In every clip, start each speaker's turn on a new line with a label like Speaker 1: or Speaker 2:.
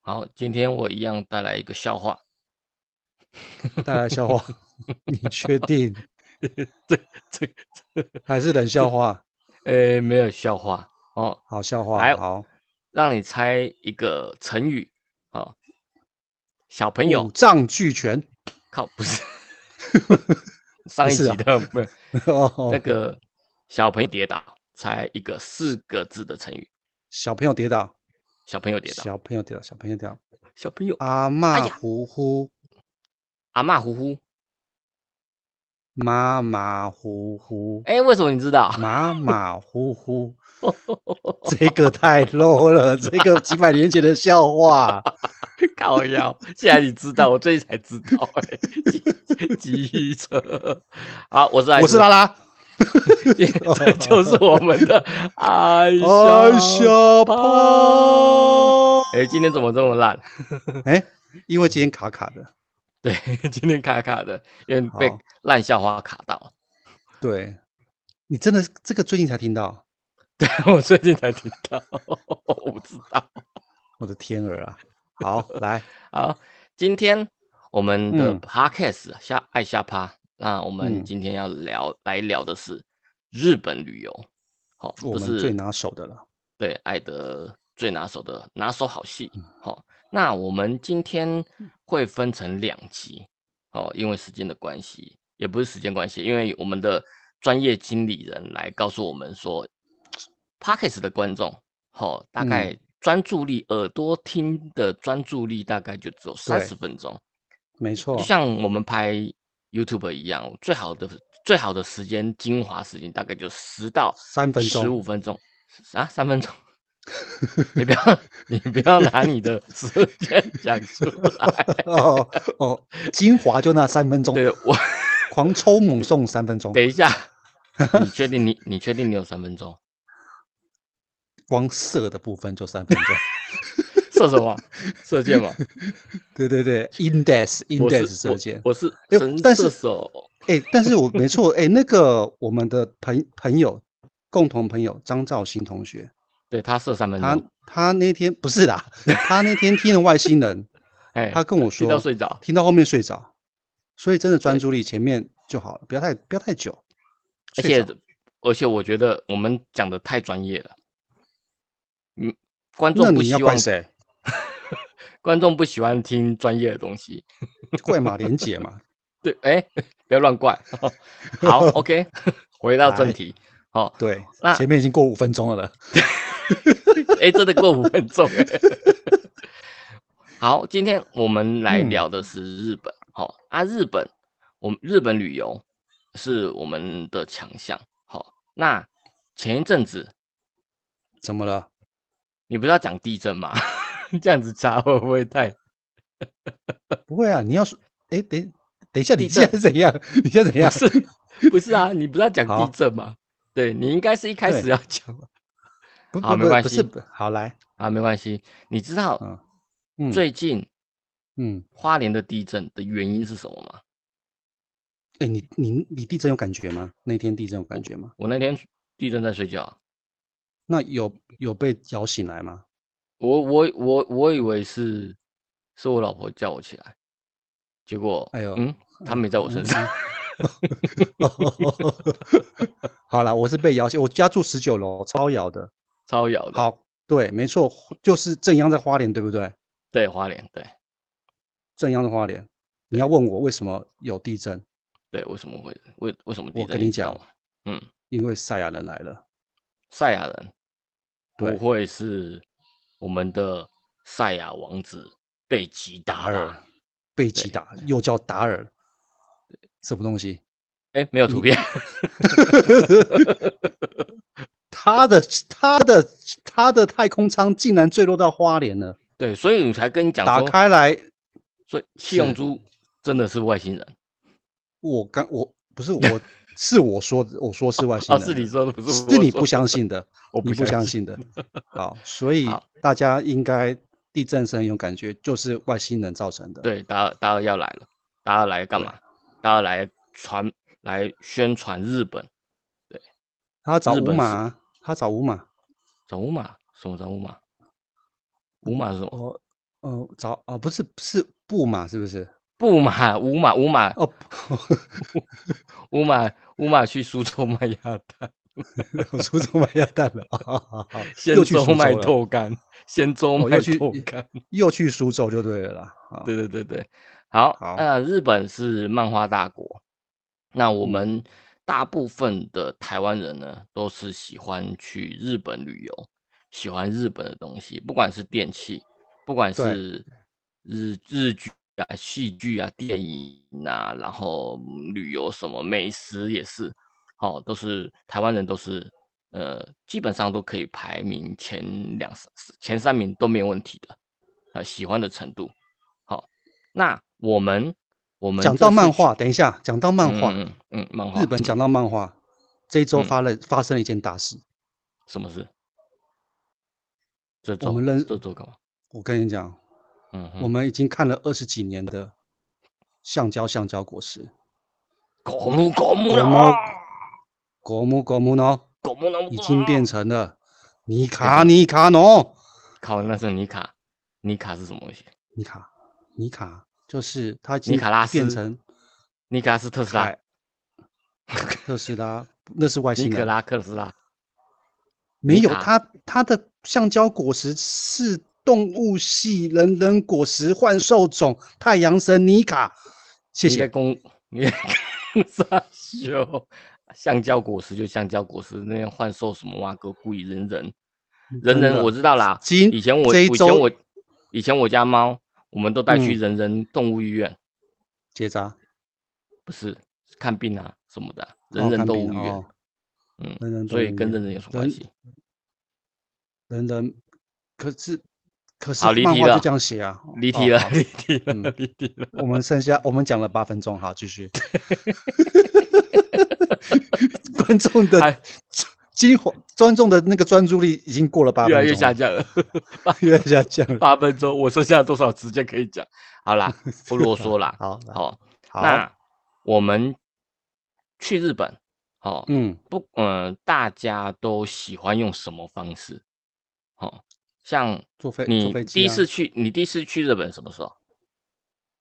Speaker 1: 好，今天我一样带来一个笑话。
Speaker 2: 带来笑话， 你确定
Speaker 1: 这个，
Speaker 2: 还是冷笑话？哎
Speaker 1: 呃，没有笑话哦，
Speaker 2: 好笑话
Speaker 1: 还，有
Speaker 2: 好。
Speaker 1: 让你猜一个成语。哦，小朋友
Speaker 2: 五脏俱全
Speaker 1: 靠，不 是上一
Speaker 2: 不是
Speaker 1: 集
Speaker 2: 啊
Speaker 1: 的，不是
Speaker 2: 哦，
Speaker 1: 那个小朋友跌倒，猜一个四个字的成语。
Speaker 2: 小朋友跌倒，
Speaker 1: 小朋友跌倒，
Speaker 2: 小啊朋友跌倒，小朋友跌倒，
Speaker 1: 小朋友
Speaker 2: 阿嬷
Speaker 1: 呀
Speaker 2: 呼呼，
Speaker 1: 阿妈呼呼。
Speaker 2: 马马虎虎，
Speaker 1: 哎，为什么你知道？
Speaker 2: 马马虎虎，这个太 low 了，这个几百年前的笑 话，
Speaker 1: 靠腰，现在你知道，我最近才知道、欸， 机机车。 好，我是艾
Speaker 2: 我是
Speaker 1: 斯
Speaker 2: 拉，拉，
Speaker 1: 这就是我们 的艾
Speaker 2: 哎，
Speaker 1: 笑。
Speaker 2: 小胖，
Speaker 1: 哎、今天怎么这么烂？
Speaker 2: 哎，因为今天卡卡的，
Speaker 1: 对，今天卡卡的，因为被
Speaker 2: 好
Speaker 1: 烂笑话卡到。
Speaker 2: 对，你真的这个最近才听到。
Speaker 1: 对，我最近才听到， 我不知道。
Speaker 2: 我的天鹅啊！好，来，
Speaker 1: 好，今天我们的
Speaker 2: 嗯
Speaker 1: podcast 啊下爱下趴，那我们
Speaker 2: 嗯
Speaker 1: 今天要聊、来聊的是日本旅游。好、
Speaker 2: 我
Speaker 1: 这
Speaker 2: 们
Speaker 1: 是
Speaker 2: 最拿手的了。
Speaker 1: 对爱的最拿手的拿手好戏。好、那我们今天会分成两集哦，因为时间的关系，也不是时间关系，因为我们的专业经理人来告诉我们说 p a c k e s 的观众，好、大
Speaker 2: 嗯
Speaker 1: 概专注力、耳朵听的专注力大概就只有三十分钟，
Speaker 2: 没错
Speaker 1: 就，像我们拍 YouTube 一样，最好的最好的时间精华时间大概就十到
Speaker 2: 三分
Speaker 1: 十
Speaker 2: 钟，
Speaker 1: 五分钟啊，三分钟。你不要，你不要拿你的时间讲出来。
Speaker 2: 哦哦，精华就那三分钟，
Speaker 1: 对我，
Speaker 2: 狂抽猛送三分钟，
Speaker 1: 等一下，你确定你你确定你有三分钟？
Speaker 2: 光射的部分就三 分钟。
Speaker 1: 射什么？射箭吗？
Speaker 2: 对对对，index
Speaker 1: 我
Speaker 2: index
Speaker 1: 是
Speaker 2: 射箭。
Speaker 1: 我我是
Speaker 2: 哎
Speaker 1: 神
Speaker 2: 但
Speaker 1: 射
Speaker 2: 是
Speaker 1: 手。
Speaker 2: 哎，但是我没错，哎，那个我们的朋朋友，共同朋友张兆兴同学，
Speaker 1: 对他射三分
Speaker 2: 他
Speaker 1: 钟，
Speaker 2: 他那天不是啦，他那天听了外星 人，
Speaker 1: 哎，
Speaker 2: 他跟我
Speaker 1: 踢到
Speaker 2: 说，
Speaker 1: 睡着。
Speaker 2: 听到后面睡着，所以真的专
Speaker 1: 对
Speaker 2: 注力前面就好了，不要太不要太久。
Speaker 1: 而
Speaker 2: 睡
Speaker 1: 且
Speaker 2: 着
Speaker 1: 而且，我觉得我们讲的太专业了。嗯，观
Speaker 2: 那
Speaker 1: 众不
Speaker 2: 你
Speaker 1: 希
Speaker 2: 要
Speaker 1: 望
Speaker 2: 怪谁？
Speaker 1: 观众不喜欢听专业的东西。
Speaker 2: 怪马连姐 嘛？
Speaker 1: 对，哎，不要乱怪。哦 好，OK，回 到正
Speaker 2: 来
Speaker 1: 题。好、哦，
Speaker 2: 对
Speaker 1: 那，
Speaker 2: 前面已经过五分钟了了。
Speaker 1: 哎，真的过五分钟哎。 好，今天我们来
Speaker 2: 嗯
Speaker 1: 聊的是日本。好、啊，日本，我们日本旅游是我们的强项。好、那前一阵子
Speaker 2: 怎么了？
Speaker 1: 你不是要讲地震吗？ 这样子查会不会太？
Speaker 2: 不会啊，你要说，哎，等等一下，
Speaker 1: 地
Speaker 2: 你现在怎样？你现在怎
Speaker 1: 不
Speaker 2: 样？
Speaker 1: 是，不是啊，你不是要讲
Speaker 2: 好
Speaker 1: 地震吗？对你应该是一开
Speaker 2: 对
Speaker 1: 始要讲 吧
Speaker 2: 不
Speaker 1: 好
Speaker 2: 不
Speaker 1: 没
Speaker 2: 不，
Speaker 1: 关
Speaker 2: 不
Speaker 1: 系
Speaker 2: 是，不好来，
Speaker 1: 啊，没关系。你知道
Speaker 2: 嗯嗯
Speaker 1: 最近
Speaker 2: 嗯，
Speaker 1: 花莲的地震的原因是什么吗？
Speaker 2: 哎，你你你地震有感觉吗？那天地震有感觉吗？
Speaker 1: 我那天地震在睡觉啊、
Speaker 2: 那有有被摇醒来吗？
Speaker 1: 我我我我以为是是我老婆叫我起来，结果
Speaker 2: 哎呦
Speaker 1: 嗯，她没在我身上。
Speaker 2: 好啦，我是被摇醒，我家住十九楼，超摇的。
Speaker 1: 超摇的。
Speaker 2: 好，对，没错，就是正央在花莲，对不对？
Speaker 1: 对，花莲，对
Speaker 2: 正央的花莲，你要问我为什么有地震？
Speaker 1: 对，为什么会为为什么地震？
Speaker 2: 我跟你
Speaker 1: 知道
Speaker 2: 讲
Speaker 1: 吗，嗯，
Speaker 2: 因为赛亚人来了。
Speaker 1: 赛亚人不
Speaker 2: 对
Speaker 1: 会是我们的赛亚王子被击打吧？，
Speaker 2: 贝吉达又叫达尔，什么东西？
Speaker 1: 哎，没有图片，
Speaker 2: 他的他的他的太空舱竟然坠落到花莲了，
Speaker 1: 对，所以我才跟你讲
Speaker 2: 打
Speaker 1: 说，
Speaker 2: 开来，
Speaker 1: 所以七龙
Speaker 2: 是
Speaker 1: 珠真的是外星人。
Speaker 2: 我刚我不 是我是我说的，我说是外星
Speaker 1: 哦，
Speaker 2: 人，
Speaker 1: 是你说的，不是
Speaker 2: 是
Speaker 1: 我
Speaker 2: 你
Speaker 1: 说
Speaker 2: 不
Speaker 1: 的
Speaker 2: 相信的，
Speaker 1: 我
Speaker 2: 你不 相信的。好，所以
Speaker 1: 好
Speaker 2: 大家应该地震是很有感觉，就是外星人造成的。，
Speaker 1: 对，达尔达尔要来了，达尔来干
Speaker 2: 对
Speaker 1: 嘛？达尔来传来宣传日本，
Speaker 2: 他找
Speaker 1: 日
Speaker 2: 五
Speaker 1: 本是
Speaker 2: 马啊，他找五马，
Speaker 1: 找五马什么找五马？五马是什么？
Speaker 2: 哦，哦，早哦，不是是布嘛，是不是？
Speaker 1: 不马五马五马
Speaker 2: 哦，
Speaker 1: 五马五马去苏州卖鸭蛋，
Speaker 2: 我苏州卖鸭蛋了， 好好好
Speaker 1: 仙
Speaker 2: 又去
Speaker 1: 州
Speaker 2: 苏
Speaker 1: 卖
Speaker 2: 了
Speaker 1: 豆干，仙州
Speaker 2: 哦
Speaker 1: 卖
Speaker 2: 又去
Speaker 1: 豆干。
Speaker 2: 又去苏州就对了啦。啊
Speaker 1: 对对对对，好，
Speaker 2: 好
Speaker 1: 那日本是漫画大国，那我
Speaker 2: 嗯
Speaker 1: 们大部分的台湾人呢，都是喜欢去日本旅游，喜欢日本的东西，不管是电器，不管
Speaker 2: 对
Speaker 1: 是日日剧啊、戏剧啊、电影啊，然后嗯旅游什么美食也是，好、都是台湾人都是。呃，基本上都可以排名前两三前三名都没有问题的，呃，喜欢的程度。好，那我们我们
Speaker 2: 讲
Speaker 1: 这
Speaker 2: 到
Speaker 1: 次
Speaker 2: 漫
Speaker 1: 去，
Speaker 2: 画，等一下讲到漫画，
Speaker 1: 嗯嗯嗯，漫画，
Speaker 2: 日本讲到漫画，这一周
Speaker 1: 嗯
Speaker 2: 发了、发生了一件大事。
Speaker 1: 什么事？这
Speaker 2: 我
Speaker 1: 周
Speaker 2: 们认
Speaker 1: 这周干嘛？
Speaker 2: 我跟你讲，
Speaker 1: 嗯哼，
Speaker 2: 我们已经看了二十几年的橡胶橡胶果实，
Speaker 1: 狗木狗木
Speaker 2: 狗
Speaker 1: 了
Speaker 2: 猫，果木果木呢
Speaker 1: 狗木了，
Speaker 2: 已经变成了尼卡
Speaker 1: 哎
Speaker 2: 尼卡侬，
Speaker 1: 考那是尼卡，尼卡是什么东西？
Speaker 2: 尼卡尼卡就是它已
Speaker 1: 尼
Speaker 2: 经
Speaker 1: 卡拉斯
Speaker 2: 变成
Speaker 1: 尼卡是特斯拉
Speaker 2: 凯，特斯拉， 那是外
Speaker 1: 尼
Speaker 2: 星
Speaker 1: 克
Speaker 2: 人。
Speaker 1: 拉特斯拉。
Speaker 2: 没
Speaker 1: 尼
Speaker 2: 有，
Speaker 1: 卡
Speaker 2: 它它的橡胶果实是动物系人人果实幻兽种太阳神尼卡。谢
Speaker 1: 你在
Speaker 2: 谢。
Speaker 1: 公，你在公傻笑。橡胶果实就橡胶果实，那样幻兽什么挖哥故意扔人，人
Speaker 2: 嗯真
Speaker 1: 人
Speaker 2: 的
Speaker 1: 我知道啦。
Speaker 2: 今
Speaker 1: 以前我
Speaker 2: 这一
Speaker 1: 以前
Speaker 2: 周
Speaker 1: 我以前我家猫，我们都带去
Speaker 2: 嗯
Speaker 1: 人人动物医院，
Speaker 2: 结扎，
Speaker 1: 不是看病啊什么的啊，人
Speaker 2: 哦
Speaker 1: 人
Speaker 2: 看
Speaker 1: 动
Speaker 2: 病
Speaker 1: 物医院，
Speaker 2: 哦
Speaker 1: 嗯，
Speaker 2: 人人
Speaker 1: 所以
Speaker 2: 动物
Speaker 1: 跟
Speaker 2: 医
Speaker 1: 人
Speaker 2: 院
Speaker 1: 人有什么关
Speaker 2: 人
Speaker 1: 系？
Speaker 2: 人人，可是可是
Speaker 1: 好离
Speaker 2: 漫
Speaker 1: 题
Speaker 2: 画
Speaker 1: 了
Speaker 2: 就这样写啊，
Speaker 1: 离
Speaker 2: 哦
Speaker 1: 题了
Speaker 2: 好，
Speaker 1: 离题
Speaker 2: 嗯
Speaker 1: 了，离题了。
Speaker 2: 我们剩 下我们讲了八分钟，好，继续。 观众的
Speaker 1: 还
Speaker 2: 精华，观众的那个专注力已经过了八分
Speaker 1: 越
Speaker 2: 钟
Speaker 1: 来越下
Speaker 2: 了，
Speaker 1: 降 了，八
Speaker 2: 越来越下降了。
Speaker 1: 八分钟，我剩下多少时间可以讲？好 啦，不啰嗦啦。
Speaker 2: 好，
Speaker 1: 好，
Speaker 2: 好，
Speaker 1: 那我们去日本，哦，
Speaker 2: 嗯，
Speaker 1: 不，嗯、大家都喜欢用什么方式？哦，像
Speaker 2: 坐飞坐
Speaker 1: 你
Speaker 2: 飞机
Speaker 1: 第一
Speaker 2: 啊
Speaker 1: 次去，你第一次去日本什么时候？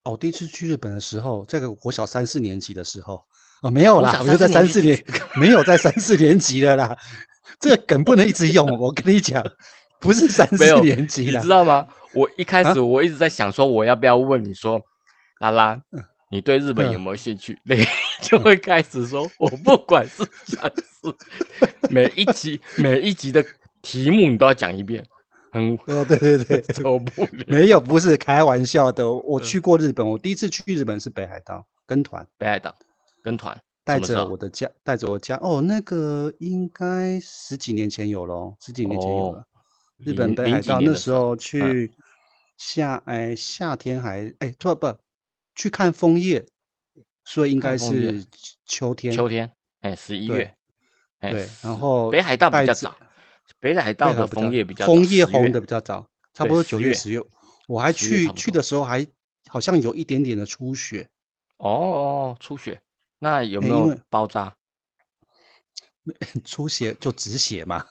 Speaker 2: 哦，我第一次去日本的时候，这个我小三四年级的时候，哦，没有
Speaker 1: 国
Speaker 2: 啦，
Speaker 1: 小
Speaker 2: 我就在
Speaker 1: 三四
Speaker 2: 三
Speaker 1: 年
Speaker 2: 四
Speaker 1: 级
Speaker 2: 年， 没有在三四年级了啦。这个梗不能一直用，我跟你讲，不是三
Speaker 1: 没
Speaker 2: 四
Speaker 1: 有
Speaker 2: 年级
Speaker 1: 你
Speaker 2: 啦
Speaker 1: 知，道吗？我一开
Speaker 2: 啊
Speaker 1: 始我一直在想说，我要不要问你说，拉拉，你对日本有
Speaker 2: 嗯
Speaker 1: 没有兴趣？ 你就会开始说，我不管是讲是每一集每一集的题目你都要讲一遍，很
Speaker 2: 哦， 对对对，
Speaker 1: 受不了。
Speaker 2: 没有，不是开玩笑的。我去过日本，我第一次去日本是北海道跟团，
Speaker 1: 北海道跟团
Speaker 2: 带
Speaker 1: 什么时
Speaker 2: 着
Speaker 1: 候
Speaker 2: 我的家，带着我家，哦，那个应该十几年前有咯，十几年前有
Speaker 1: 哦
Speaker 2: 了。日本
Speaker 1: 零
Speaker 2: 北
Speaker 1: 零
Speaker 2: 海
Speaker 1: 几
Speaker 2: 道
Speaker 1: 年
Speaker 2: 那
Speaker 1: 的
Speaker 2: 时
Speaker 1: 时候嗯
Speaker 2: 候去夏哎夏天还哎不不去看枫叶，所以应
Speaker 1: 看
Speaker 2: 该
Speaker 1: 枫叶
Speaker 2: 是秋天。
Speaker 1: 秋天，哎，十一
Speaker 2: 对
Speaker 1: 月，哎，
Speaker 2: 对
Speaker 1: 十
Speaker 2: 然后
Speaker 1: 北海道
Speaker 2: 带
Speaker 1: 比较
Speaker 2: 着
Speaker 1: 早，北海
Speaker 2: 对
Speaker 1: 道
Speaker 2: 还
Speaker 1: 的
Speaker 2: 比
Speaker 1: 枫
Speaker 2: 较
Speaker 1: 叶比较早
Speaker 2: 枫
Speaker 1: 10月
Speaker 2: 叶红的比较早，差
Speaker 1: 对
Speaker 2: 不多
Speaker 1: 10
Speaker 2: 九
Speaker 1: 月
Speaker 2: 月十月。我
Speaker 1: 10月
Speaker 2: 还去
Speaker 1: 差不
Speaker 2: 去
Speaker 1: 多
Speaker 2: 的时候还好像有一点点的初雪，
Speaker 1: 哦哦，初雪，那有没
Speaker 2: 哎因
Speaker 1: 有
Speaker 2: 为
Speaker 1: 包扎？
Speaker 2: 初雪就止血嘛，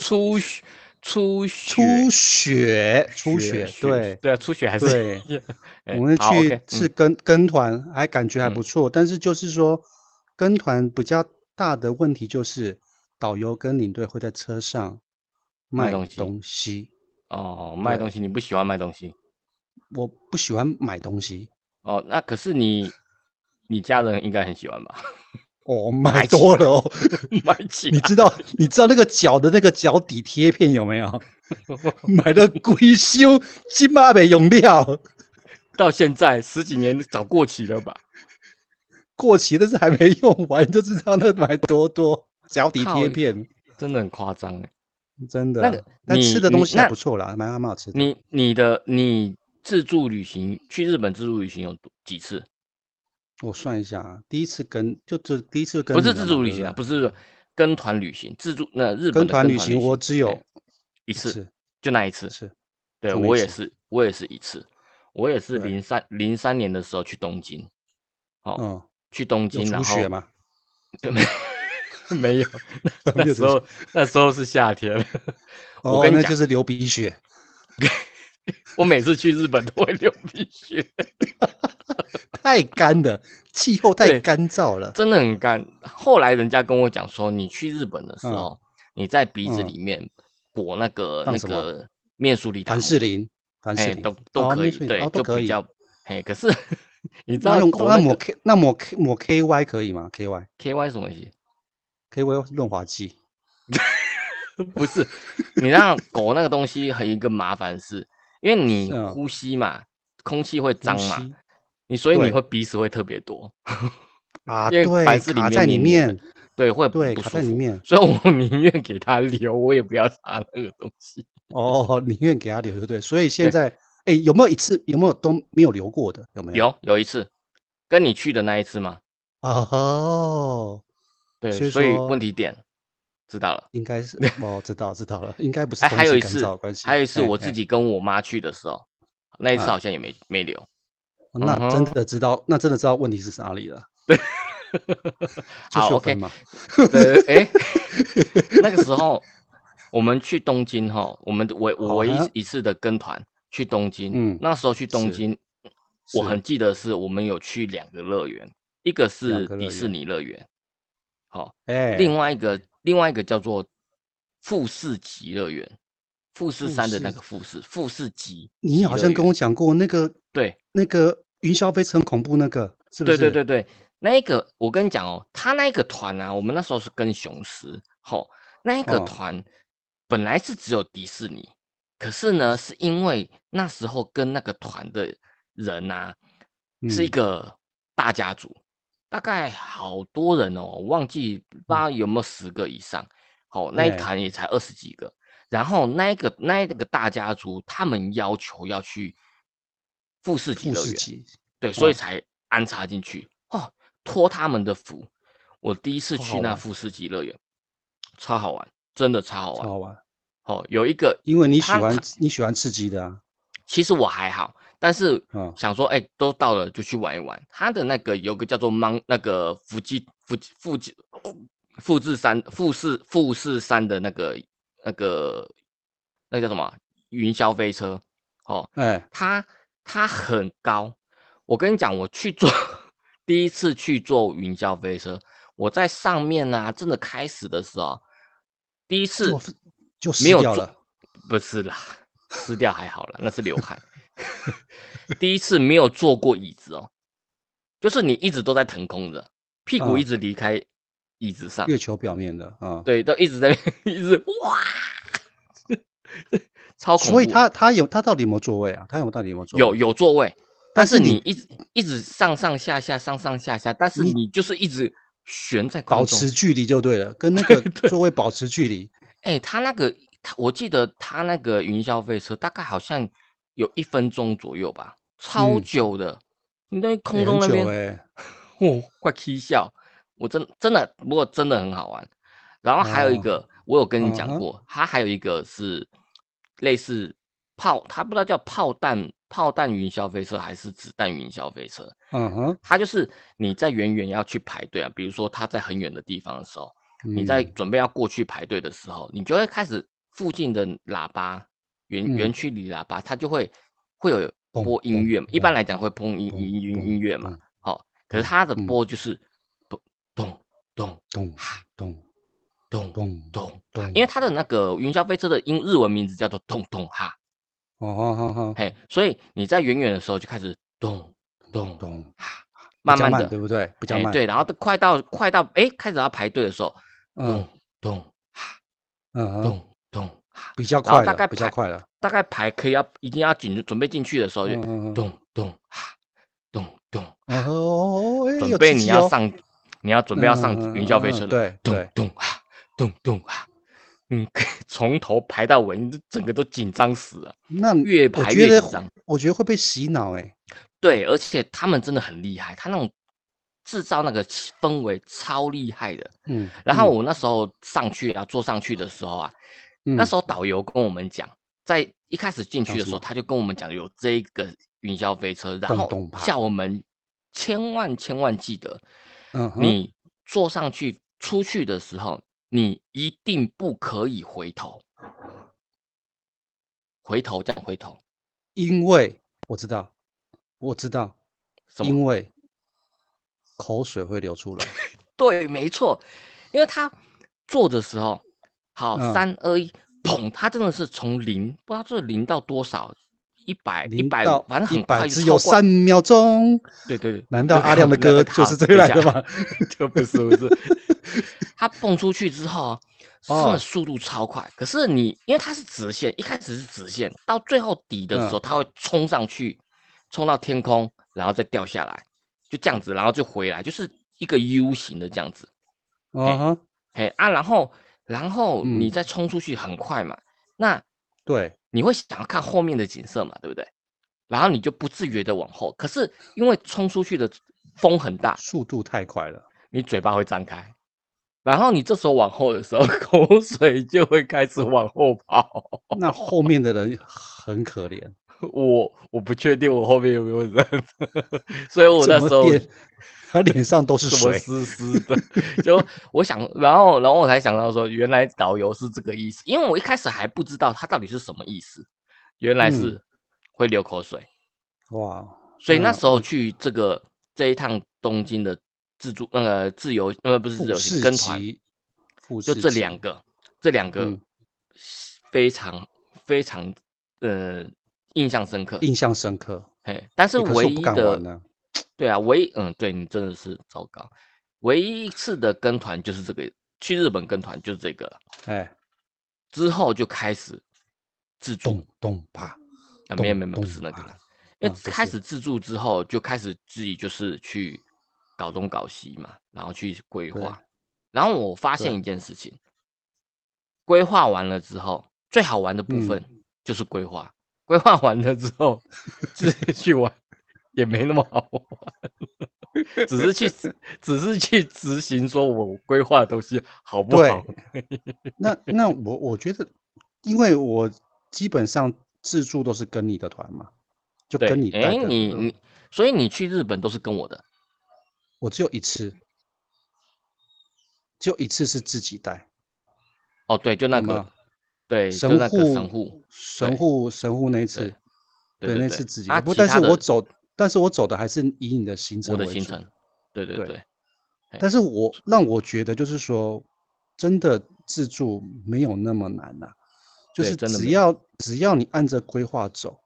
Speaker 1: 初雪，初雪，
Speaker 2: 初雪初雪
Speaker 1: 雪
Speaker 2: 对。
Speaker 1: 对啊，初雪还是
Speaker 2: 对
Speaker 1: 哎
Speaker 2: 我们
Speaker 1: 好
Speaker 2: 去
Speaker 1: OK，
Speaker 2: 是
Speaker 1: 嗯
Speaker 2: 跟跟团，还感觉还
Speaker 1: 嗯
Speaker 2: 不错，但是就是说跟团比较大的问题就是导游跟领队会在车上
Speaker 1: 卖
Speaker 2: 卖
Speaker 1: 东西
Speaker 2: 东西，
Speaker 1: 哦，卖东
Speaker 2: 对
Speaker 1: 西你不喜欢卖东西
Speaker 2: 我不喜欢买东西。
Speaker 1: 哦，那可是你你家人应该很喜欢吧？
Speaker 2: 哦，买多了哦，
Speaker 1: 买起
Speaker 2: 你
Speaker 1: 来
Speaker 2: 知道你知道那个脚的那个脚底贴片有 没有？买了龟修，金马没用料，
Speaker 1: 到现在十几年早过期了吧？
Speaker 2: 过期但是还没用完，就知道那买 多多脚底
Speaker 1: 靠
Speaker 2: 贴片，
Speaker 1: 真的很夸张哎。
Speaker 2: 真的。啊
Speaker 1: 那个
Speaker 2: 但
Speaker 1: 你
Speaker 2: 吃的
Speaker 1: 你
Speaker 2: 东西还
Speaker 1: 那
Speaker 2: 不错啦，蛮还蛮好吃的。
Speaker 1: 你你的你自助旅行去日本自助旅行有多几次？
Speaker 2: 我算一下啊，第一次跟就这第一次跟
Speaker 1: 不是
Speaker 2: 你了
Speaker 1: 自
Speaker 2: 嘛
Speaker 1: 助旅
Speaker 2: 对
Speaker 1: 行啊，不
Speaker 2: 不
Speaker 1: 是跟团旅行，自助那日本
Speaker 2: 对
Speaker 1: 的
Speaker 2: 跟
Speaker 1: 跟
Speaker 2: 团
Speaker 1: 旅
Speaker 2: 旅行我只有
Speaker 1: 哎一
Speaker 2: 一
Speaker 1: 次，
Speaker 2: 次，
Speaker 1: 就那一次。
Speaker 2: 是
Speaker 1: 对
Speaker 2: 就那一
Speaker 1: 我也
Speaker 2: 次
Speaker 1: 是，我也是一次，我也是
Speaker 2: 对
Speaker 1: 零三零三年的时候去东京，哦，
Speaker 2: 嗯，
Speaker 1: 去东
Speaker 2: 有
Speaker 1: 京，然
Speaker 2: 出
Speaker 1: 后
Speaker 2: 血吗？
Speaker 1: 对没没有，
Speaker 2: 没
Speaker 1: 那
Speaker 2: 有
Speaker 1: 时
Speaker 2: 出血
Speaker 1: 候那时候是夏天，我
Speaker 2: 哦，
Speaker 1: 跟你
Speaker 2: 那
Speaker 1: 讲
Speaker 2: 就是流鼻血，
Speaker 1: 我每次去日本都会流鼻血，
Speaker 2: 太干了，气候太
Speaker 1: 对
Speaker 2: 干燥了。
Speaker 1: 真的很干。后来人家跟我讲说，你去日本的时
Speaker 2: 嗯
Speaker 1: 候，你在鼻子
Speaker 2: 嗯
Speaker 1: 里面裹那个
Speaker 2: 放
Speaker 1: 那
Speaker 2: 什么
Speaker 1: 个面塑力糖
Speaker 2: 凡
Speaker 1: 果，
Speaker 2: 士林，凡士
Speaker 1: 哎，
Speaker 2: 林
Speaker 1: 都都
Speaker 2: 哦
Speaker 1: 可以，
Speaker 2: 面塑林
Speaker 1: 对
Speaker 2: 哦，都
Speaker 1: 就
Speaker 2: 可
Speaker 1: 比
Speaker 2: 以
Speaker 1: 较，哎， 可是你知道
Speaker 2: 那用
Speaker 1: 裹
Speaker 2: 那
Speaker 1: 个
Speaker 2: 抹 K 那抹 K 抹 KY 可以吗？KY
Speaker 1: KY 是什么东西？
Speaker 2: KY 润滑剂，
Speaker 1: 不是，你让狗那个东西很一个麻烦是，因为你
Speaker 2: 是啊
Speaker 1: 呼吸嘛，空气会
Speaker 2: 呼
Speaker 1: 脏嘛
Speaker 2: 吸，
Speaker 1: 你所以你
Speaker 2: 对
Speaker 1: 会鼻屎会特别多，
Speaker 2: 啊，
Speaker 1: 因为
Speaker 2: 对，
Speaker 1: 凡士林
Speaker 2: 卡
Speaker 1: 黏
Speaker 2: 在里
Speaker 1: 黏黏
Speaker 2: 面，
Speaker 1: 对，会
Speaker 2: 对，
Speaker 1: 不
Speaker 2: 卡
Speaker 1: 舒
Speaker 2: 在里
Speaker 1: 服。
Speaker 2: 面。
Speaker 1: 所以我宁愿给它留，我也不要擦那个东西。
Speaker 2: 哦，宁愿给他留，对不对？所以现在，哎，有没有一次有没有都没有留过的？有没有？
Speaker 1: 有有一次，跟你去的那一次嘛，
Speaker 2: 哦，
Speaker 1: 对，
Speaker 2: 所以
Speaker 1: 所以
Speaker 2: 说
Speaker 1: 问题点知道了。
Speaker 2: 应该是哦，知道知道了，应该不是
Speaker 1: 哎，
Speaker 2: 空
Speaker 1: 还有
Speaker 2: 气
Speaker 1: 一
Speaker 2: 干
Speaker 1: 次
Speaker 2: 燥的关，系。
Speaker 1: 还有一次
Speaker 2: 哎
Speaker 1: 我自，己跟我妈去的时候，那一次
Speaker 2: 啊
Speaker 1: 好像也没没留。
Speaker 2: 哎哦那真
Speaker 1: 嗯哼
Speaker 2: 的知道，那真的知道问题是哪里了，就
Speaker 1: 好
Speaker 2: 秀
Speaker 1: ，OK，
Speaker 2: 分嘛。
Speaker 1: 对，哎、 那个时候我们去东京哈，我们我
Speaker 2: 好
Speaker 1: 我唯一
Speaker 2: 啊
Speaker 1: 一次的跟团去东京，
Speaker 2: 嗯
Speaker 1: 那时候去东
Speaker 2: 是
Speaker 1: 京，我
Speaker 2: 是
Speaker 1: 很记得是我们有去两个乐园，一个是
Speaker 2: 个乐
Speaker 1: 迪士
Speaker 2: 园
Speaker 1: 尼乐园，好，
Speaker 2: 哎，
Speaker 1: 另外一个另外一个叫做富士急乐园，富士
Speaker 2: 富
Speaker 1: 山的那
Speaker 2: 士
Speaker 1: 个富士，富士急，
Speaker 2: 你好像跟我讲过那个
Speaker 1: 对
Speaker 2: 那个云霄飞车很恐怖那个，是不
Speaker 1: 对
Speaker 2: 是？
Speaker 1: 对对对，那一个我跟你讲哦，他那一个团啊，我们那时候是跟雄狮，吼，那一个
Speaker 2: 哦
Speaker 1: 团本来是只有迪士尼，可是呢，是因为那时候跟那个团的人呐、是一
Speaker 2: 嗯
Speaker 1: 个大家族，大概好多人哦，我忘记不知道有没有十个以上，好，那一
Speaker 2: 嗯对
Speaker 1: 团也才二十几个，然后那一个那一个大家族，他们要求要去富士吉
Speaker 2: 富
Speaker 1: 乐
Speaker 2: 士
Speaker 1: 园。
Speaker 2: 急，
Speaker 1: 对，所以
Speaker 2: 哦
Speaker 1: 才安插进去。哦，托他们的福，我第一次
Speaker 2: 超
Speaker 1: 去
Speaker 2: 好
Speaker 1: 那
Speaker 2: 玩
Speaker 1: 富士吉乐园，超好玩，真的超好
Speaker 2: 超
Speaker 1: 玩。
Speaker 2: 好玩。
Speaker 1: 哦，有一个，
Speaker 2: 因为你喜
Speaker 1: 它
Speaker 2: 欢
Speaker 1: 它
Speaker 2: 你喜欢刺激的啊，
Speaker 1: 其实我还好，但是
Speaker 2: 嗯
Speaker 1: 想说，哎，都到了就去玩一玩。它的那个有个叫做芒，那个福基福基富基富士山富士富士山的那个那个那个叫什么啊云霄飞车，哦，
Speaker 2: 哎，
Speaker 1: 它它很高。我跟你讲，我去坐 第一次去坐云霄飞车，我在上面呢、真的开始的时候，第一次
Speaker 2: 我分就
Speaker 1: 没
Speaker 2: 死
Speaker 1: 有
Speaker 2: 掉
Speaker 1: 做
Speaker 2: 了。
Speaker 1: 不是啦，吃掉还好啦，那是流汗。第一次没有坐过椅子哦，就是你一直都在腾空着，屁股一
Speaker 2: 嗯
Speaker 1: 直离开椅子上，
Speaker 2: 月球表面的啊，
Speaker 1: 对，都一直在 一直哇，超恐怖。
Speaker 2: 所以它它有它到底有没有座位啊？它有到底有没有座位？
Speaker 1: 有，有座位，但
Speaker 2: 但
Speaker 1: 是
Speaker 2: 是
Speaker 1: 你
Speaker 2: 你
Speaker 1: 一直一直上上下下上上下下，但是
Speaker 2: 你
Speaker 1: 你就是一直悬在空
Speaker 2: 嗯保
Speaker 1: 中。
Speaker 2: 持距离就对了， 跟那个座位保持距离。
Speaker 1: 哎、他那个，他我记得他那个云霄飞车大概好像有一分钟左右吧，超
Speaker 2: 嗯
Speaker 1: 久的。你在
Speaker 2: 哎
Speaker 1: 空中那
Speaker 2: 很久
Speaker 1: 边，
Speaker 2: 哎，
Speaker 1: 哦，快气笑！我真真的，不过真的很好玩。然后还有一
Speaker 2: 哦
Speaker 1: 个，我有跟你讲
Speaker 2: 嗯哼
Speaker 1: 过，它还有一个是类似炮，它不知道叫炮弹炮弹云霄飞车还是子弹云霄飞车，
Speaker 2: 嗯哼，
Speaker 1: 它就是你在远远要去排队啊，比如说他在很远的地方的时候，你
Speaker 2: 嗯
Speaker 1: 在准备要过去排队的时候，你就会开始附近的喇叭园
Speaker 2: 嗯
Speaker 1: 园区里喇叭，它就会会有
Speaker 2: 嘣
Speaker 1: 播音
Speaker 2: 嘣
Speaker 1: 乐嘛，一般
Speaker 2: 嘣
Speaker 1: 来讲会播音音
Speaker 2: 嘣
Speaker 1: 音音
Speaker 2: 嘣
Speaker 1: 音乐嘛
Speaker 2: 嘣，
Speaker 1: 好，可是
Speaker 2: 嘣
Speaker 1: 它的
Speaker 2: 嘣
Speaker 1: 播就是咚咚咚
Speaker 2: 咚
Speaker 1: 哈
Speaker 2: 咚
Speaker 1: 咚咚
Speaker 2: 咚咚，
Speaker 1: 咚，
Speaker 2: 咚
Speaker 1: 因为它的那个云霄飞车的英日文名字叫做咚咚哈，
Speaker 2: 哦好好好，
Speaker 1: 嘿，所以你在远远的时候就开始咚咚咚
Speaker 2: 咚，
Speaker 1: 哈，
Speaker 2: 比
Speaker 1: 慢
Speaker 2: 较
Speaker 1: 慢
Speaker 2: 慢
Speaker 1: 的
Speaker 2: 对不对？比较
Speaker 1: 哎
Speaker 2: 慢，
Speaker 1: 对，然后都快到快到哎开始要排队的时候，
Speaker 2: 嗯
Speaker 1: 咚咚哈
Speaker 2: 嗯哼，
Speaker 1: 咚咚哈，
Speaker 2: 比较
Speaker 1: 然后
Speaker 2: 快
Speaker 1: 大概
Speaker 2: 了，比较
Speaker 1: 排
Speaker 2: 快了，
Speaker 1: 大概排可以要已经要进准备进去的时候就
Speaker 2: 嗯嗯嗯
Speaker 1: 咚咚哈咚咚，
Speaker 2: 嗯，哦，哎
Speaker 1: 准
Speaker 2: 有
Speaker 1: 备
Speaker 2: 刺
Speaker 1: 你
Speaker 2: 激
Speaker 1: 要
Speaker 2: 哦
Speaker 1: 上你要准备要上
Speaker 2: 嗯嗯
Speaker 1: 云霄飞
Speaker 2: 嗯嗯
Speaker 1: 车了，
Speaker 2: 对
Speaker 1: 咚
Speaker 2: 对，
Speaker 1: 咚哈咚咚哈，嗯， 从头排到尾，你整个都紧张死了，
Speaker 2: 那
Speaker 1: 越
Speaker 2: 嗯我
Speaker 1: 排
Speaker 2: 觉
Speaker 1: 越
Speaker 2: 得
Speaker 1: 紧张。
Speaker 2: 我觉得会被洗脑哎，
Speaker 1: 对，而且他们真的很厉害，他那种制造那个气氛围超厉害的。
Speaker 2: 嗯，
Speaker 1: 然后
Speaker 2: 嗯
Speaker 1: 我那时候上去啊，坐上去的时候啊，那
Speaker 2: 嗯
Speaker 1: 时候导游跟我们讲，在一开始进
Speaker 2: 讲
Speaker 1: 去的
Speaker 2: 什
Speaker 1: 时候，
Speaker 2: 么
Speaker 1: 他就跟我们讲有这一个云霄飞车，然
Speaker 2: 动
Speaker 1: 后
Speaker 2: 动吧
Speaker 1: 叫我们千万千万记得，
Speaker 2: 嗯哼
Speaker 1: 你坐上去出去的时候，你一定不可以回头。回头这样回头，
Speaker 2: 因为我知道，我知道，
Speaker 1: 什么？
Speaker 2: 因为口水会流出来。
Speaker 1: 对，没错，因为他做的时候，好，
Speaker 2: 嗯
Speaker 1: 三二一，砰！他真的是从零，不知道这零到多少，一百、 一
Speaker 2: 零
Speaker 1: 百
Speaker 2: 到
Speaker 1: 五，反正
Speaker 2: 一
Speaker 1: 很
Speaker 2: 百
Speaker 1: 快就
Speaker 2: 只
Speaker 1: 超
Speaker 2: 有
Speaker 1: 过
Speaker 2: 三秒钟。
Speaker 1: 对哎对 对，
Speaker 2: 难道
Speaker 1: 对
Speaker 2: 阿亮的
Speaker 1: 对对
Speaker 2: 歌就是
Speaker 1: 好
Speaker 2: 这
Speaker 1: 等一
Speaker 2: 来
Speaker 1: 下
Speaker 2: 的吗？
Speaker 1: 就不是 哦不是，他蹦出去之后啊，真
Speaker 2: 哦
Speaker 1: 的速度超快。可是你因为它是直线，一开始是直线，到最后底的时候，它会冲上去，冲到天空，然后再掉下来，就这样子，然后就回来，就是一个 U 型的这样子。
Speaker 2: 啊哈，
Speaker 1: 嘿啊，然后然后你
Speaker 2: 嗯
Speaker 1: 再冲出去很快嘛，那
Speaker 2: 对，
Speaker 1: 你会想要看后面的景色嘛，对不对？然后你就不自觉的往后，可是因为冲出去的风很大，
Speaker 2: 速度太快了。
Speaker 1: 你嘴巴会张开，然后你这时候往后的时候， 口水就会开始往后跑。
Speaker 2: 那后面的人很可怜。
Speaker 1: 我我不确定我后面有没有人， 所以 我那
Speaker 2: 怎么
Speaker 1: 时候
Speaker 2: 脸他脸上都是
Speaker 1: 什么
Speaker 2: 水。
Speaker 1: 湿湿的， 就我想，然后然后我才想到说，原来导游是这个意思，因为我一开始还不知道他到底是什么意思，原来
Speaker 2: 嗯
Speaker 1: 是会流口水。
Speaker 2: 哇，
Speaker 1: 所以那
Speaker 2: 嗯
Speaker 1: 时候去这个这一趟东京的自助那个自由呃不是自
Speaker 2: 富
Speaker 1: 由行
Speaker 2: 士
Speaker 1: 跟团，
Speaker 2: 急，富
Speaker 1: 就
Speaker 2: 士
Speaker 1: 这
Speaker 2: 急
Speaker 1: 两个，这两个
Speaker 2: 嗯
Speaker 1: 非常非常呃印象深刻。
Speaker 2: 印象深刻。
Speaker 1: 哎，但是
Speaker 2: 欸可是
Speaker 1: 唯
Speaker 2: 我不
Speaker 1: 一
Speaker 2: 敢
Speaker 1: 的
Speaker 2: 玩呢
Speaker 1: 对啊，唯一嗯，对你真的是糟糕。唯一一次的跟团就是这个，去日本跟团就是这个了，
Speaker 2: 哎，
Speaker 1: 之后就开始自助
Speaker 2: 咚咚啪，
Speaker 1: 啊，没有没
Speaker 2: 咚
Speaker 1: 有没有不
Speaker 2: 咚
Speaker 1: 是那个
Speaker 2: 啊
Speaker 1: 啦，因为
Speaker 2: 啊不
Speaker 1: 开
Speaker 2: 是
Speaker 1: 始自助之后就开始自己就是去搞东搞西嘛，然后去规
Speaker 2: 对
Speaker 1: 划。然后我发现
Speaker 2: 对
Speaker 1: 一件事情，规划完了之后，最好玩的部
Speaker 2: 嗯
Speaker 1: 分就是规划。规划完了之后，自己去玩也没那么好玩，只是去 执只是去执行，说我规划的东西好不
Speaker 2: 对
Speaker 1: 好？
Speaker 2: 那那我我觉得，因为我基本上自助都是跟你的团嘛，就
Speaker 1: 对，
Speaker 2: 跟你带
Speaker 1: 哎，
Speaker 2: 的嗯
Speaker 1: 你你，所以你去日本都是跟我的，
Speaker 2: 我只有一次，只有一次是自己带。
Speaker 1: 哦，对，就那
Speaker 2: 懂
Speaker 1: 个
Speaker 2: 吗，
Speaker 1: 对，就
Speaker 2: 神
Speaker 1: 那个
Speaker 2: 户
Speaker 1: 神户，对
Speaker 2: 神户神户那一次
Speaker 1: 对，
Speaker 2: 对
Speaker 1: 对
Speaker 2: 那
Speaker 1: 对
Speaker 2: 次自己
Speaker 1: 啊
Speaker 2: 带。不，
Speaker 1: 其
Speaker 2: 但
Speaker 1: 他
Speaker 2: 是
Speaker 1: 的
Speaker 2: 我走，但是我走的还是以你的行程
Speaker 1: 我的
Speaker 2: 为
Speaker 1: 行
Speaker 2: 主
Speaker 1: 程，对对
Speaker 2: 对
Speaker 1: 对，
Speaker 2: 但是我让我觉得就是说，真的自助没有那么难呐、就
Speaker 1: 对
Speaker 2: 是
Speaker 1: 真的
Speaker 2: 只
Speaker 1: 没有
Speaker 2: 要只要你按着规划走，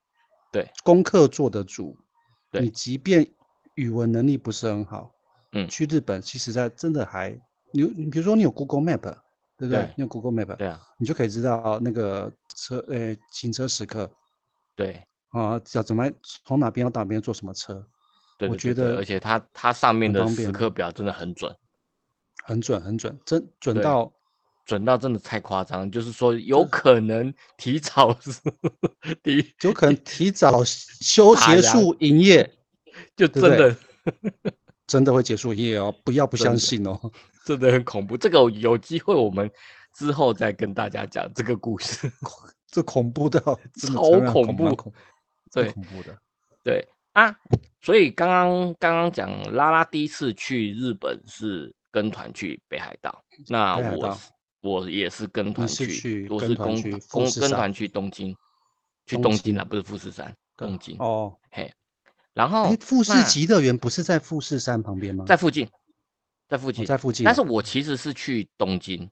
Speaker 1: 对，
Speaker 2: 功课做得足，
Speaker 1: 对
Speaker 2: 你即便语文能力不是很好，
Speaker 1: 嗯
Speaker 2: 去日本其实在真的还，你你比如说你有 Google Map，对不对？
Speaker 1: 对
Speaker 2: 你有 Google Map，
Speaker 1: 对啊，
Speaker 2: 你就可以知道那个车，呃，行车时刻
Speaker 1: 对。
Speaker 2: 啊，要怎么从哪边到哪边坐什么车，
Speaker 1: 对
Speaker 2: 我
Speaker 1: 对对
Speaker 2: 觉
Speaker 1: 对
Speaker 2: 得
Speaker 1: 而且它它上面的
Speaker 2: 很方
Speaker 1: 时
Speaker 2: 便啊
Speaker 1: 刻表真的很准，
Speaker 2: 很准很准，真准
Speaker 1: 对
Speaker 2: 到
Speaker 1: 准到真的太夸张，就是说有可能提早 是提
Speaker 2: 有可能提早休
Speaker 1: 打
Speaker 2: 结
Speaker 1: 烊
Speaker 2: 束营业，
Speaker 1: 就
Speaker 2: 对
Speaker 1: 真
Speaker 2: 对
Speaker 1: 的
Speaker 2: 真的会结束营业哦，不要不
Speaker 1: 真的
Speaker 2: 相信哦。
Speaker 1: 真的很恐怖。这个有机会我们之后再跟大家讲这个故事。
Speaker 2: 这恐怖到真的
Speaker 1: 超
Speaker 2: 真的
Speaker 1: 恐
Speaker 2: 蛮
Speaker 1: 怖
Speaker 2: 恐
Speaker 1: 对
Speaker 2: 蛮恐怖的。
Speaker 1: 对啊，所以刚刚刚刚讲拉拉第一次去日本是跟团去北海道，那
Speaker 2: 北海
Speaker 1: 我
Speaker 2: 道
Speaker 1: 是我也是跟团
Speaker 2: 是去
Speaker 1: 我
Speaker 2: 跟
Speaker 1: 是
Speaker 2: 团
Speaker 1: 公
Speaker 2: 去富
Speaker 1: 公
Speaker 2: 士
Speaker 1: 跟
Speaker 2: 山
Speaker 1: 团去东京，去
Speaker 2: 东
Speaker 1: 东京
Speaker 2: 京
Speaker 1: 啊，不是富士山，
Speaker 2: 对
Speaker 1: 东京。
Speaker 2: 哦，
Speaker 1: 嘿，然后
Speaker 2: 哎，富士
Speaker 1: 哦那
Speaker 2: 急乐园不是在富士山旁边吗？
Speaker 1: 在附近，在附近，
Speaker 2: 哦在附近啊，
Speaker 1: 但是我其实是去东京，